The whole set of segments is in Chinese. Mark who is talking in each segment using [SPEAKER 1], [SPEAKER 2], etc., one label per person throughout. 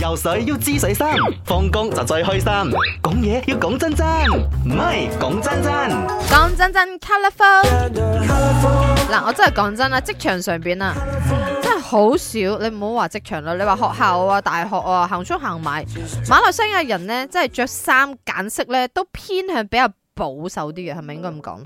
[SPEAKER 1] 游水要知水深，放工就最開心。講嘢要講真真，唔係講真真。
[SPEAKER 2] 講真真 colourful，嗱我真係講真啦，職場上邊啊，真係好少。你唔好話職場啦，你話學校啊、大學啊，行出行埋，馬來西亞人呢，真係着衫揀色呢，都偏向比較保守啲嘅，係咪應該咁講？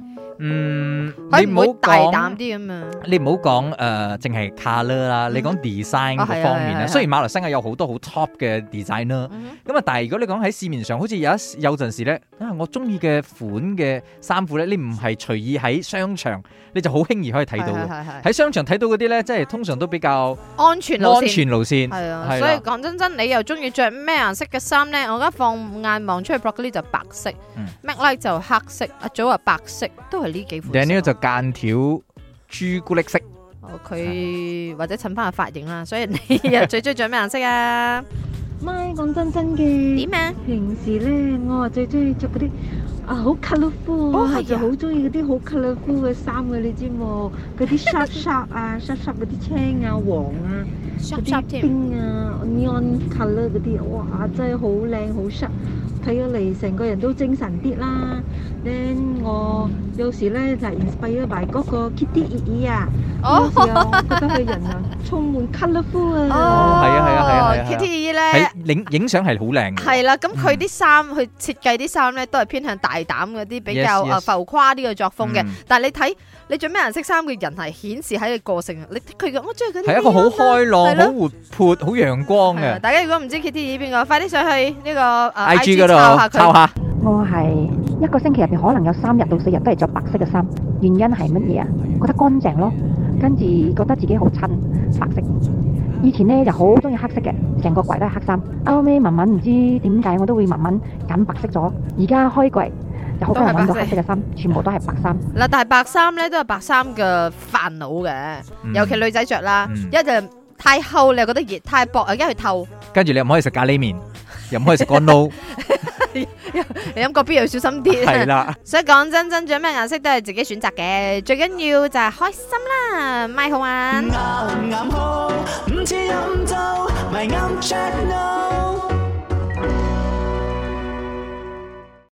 [SPEAKER 3] 嗯，你
[SPEAKER 2] 佢
[SPEAKER 3] 唔
[SPEAKER 2] 唔
[SPEAKER 3] 好
[SPEAKER 2] 會大膽
[SPEAKER 3] 講，
[SPEAKER 2] 啲咁啊？
[SPEAKER 3] 你唔好講誒，淨係 colour 啦，你講 design
[SPEAKER 2] 啊
[SPEAKER 3] 嗰
[SPEAKER 2] 係啊
[SPEAKER 3] 方面
[SPEAKER 2] 係啊係啊
[SPEAKER 3] 啦。雖然馬來西亞有好多好 top 嘅 designer，
[SPEAKER 2] 嗯
[SPEAKER 3] 咁啊，但係如果你講喺市面上，好似有一有陣時咧，啊，我中意嘅款嘅衫褲咧，你唔係隨意喺商場，你就好輕易可以睇到啊
[SPEAKER 2] 係
[SPEAKER 3] 嘅。
[SPEAKER 2] 係係係
[SPEAKER 3] 喺商場睇到嗰啲咧，即係通常都比較
[SPEAKER 2] 安全路
[SPEAKER 3] 安
[SPEAKER 2] 線。
[SPEAKER 3] 全路線，
[SPEAKER 2] 係啊，
[SPEAKER 3] 係
[SPEAKER 2] 所以
[SPEAKER 3] 啦
[SPEAKER 2] 講真真，你又中意着咩顏色嘅衫呢？我而家放眼望出去 broccoli 就白色
[SPEAKER 3] 嗯
[SPEAKER 2] ，Mac Light 就黑色，阿祖啊白色，都係呢幾款色。
[SPEAKER 3] Daniel 就間條朱古力色。
[SPEAKER 2] 哦，佢或者襯翻個髮型啦，所以你又 最中意着咩顏色啊？
[SPEAKER 4] 咪講真真嘅，
[SPEAKER 2] 點啊？
[SPEAKER 4] 平時咧我啊最中意着嗰啲啊好 colourful
[SPEAKER 2] 哦係啊
[SPEAKER 4] 啊，就好中意嗰啲好 colourful 嘅衫嘅，你知冇？嗰啲 sharp sharp 啊，sharp sharp 嗰啲青啊、黃啊、嗰
[SPEAKER 2] Sharp
[SPEAKER 4] 啲
[SPEAKER 2] sharp 添，
[SPEAKER 4] 冰啊、neon colour 嗰啲，哇真係好靚好 sharp，睇咗嚟成個人都精神啲啦。咧我有時咧就 inspire by 嗰個 Kitty 姨姨啊，有
[SPEAKER 2] 哦
[SPEAKER 4] 時啊我覺得佢人啊充滿
[SPEAKER 2] 哦，
[SPEAKER 4] colourful 啊。
[SPEAKER 3] 係啊係啊係啊係啊
[SPEAKER 2] Kitty
[SPEAKER 3] 喺
[SPEAKER 2] 咧。
[SPEAKER 3] 影影相係好靚嘅。
[SPEAKER 2] 係啦，咁佢啲衫佢設計啲衫咧，都係偏向大膽嗰啲，比
[SPEAKER 3] Yes,
[SPEAKER 2] 較啊誒
[SPEAKER 3] yes
[SPEAKER 2] 浮誇啲嘅作風嘅
[SPEAKER 3] 嗯。
[SPEAKER 2] 但係你睇你着咩顏色衫嘅人係顯示喺佢個性，啊你睇佢嘅我中意嗰啲
[SPEAKER 3] 係一個好
[SPEAKER 2] neon 啊
[SPEAKER 3] 開朗、
[SPEAKER 2] 係咯
[SPEAKER 3] 好活潑、好陽光
[SPEAKER 2] 係啊
[SPEAKER 3] 嘅。
[SPEAKER 2] 大家如果唔知 Kitty 邊個，快啲上去呢個
[SPEAKER 3] I G
[SPEAKER 2] 啊
[SPEAKER 3] 嗰
[SPEAKER 2] 抄下
[SPEAKER 3] 度抄
[SPEAKER 2] 佢。
[SPEAKER 3] 下，
[SPEAKER 5] 我係一個星期入邊可能有三日到四日都係着白色嘅衫，原因係乜嘢啊？覺得乾淨咯，跟住覺得自己好襯白色。以前呢就好中意黑色嘅，成個櫃都係黑衫。後尾慢慢唔知點解我都會慢慢揀白色咗，而家開櫃就好多人揾到黑色嘅衫，全部都係白衫。
[SPEAKER 2] 嗱，但係白衫咧都有白衫嘅煩惱嘅，尤其女仔着啦，
[SPEAKER 3] 嗯
[SPEAKER 2] 一就太厚你又覺得熱，太薄又驚佢透，
[SPEAKER 3] 跟住你又唔可以食咖喱麵，又唔可以食乾撈，
[SPEAKER 2] 你飲個邊要小心啲
[SPEAKER 3] 係。啦。
[SPEAKER 2] 所以講真真着咩顏色都係自己選擇嘅，最緊要就係開心啦，咪好玩。
[SPEAKER 1] 啱啱好，唔似飲酒，咪啱 check no。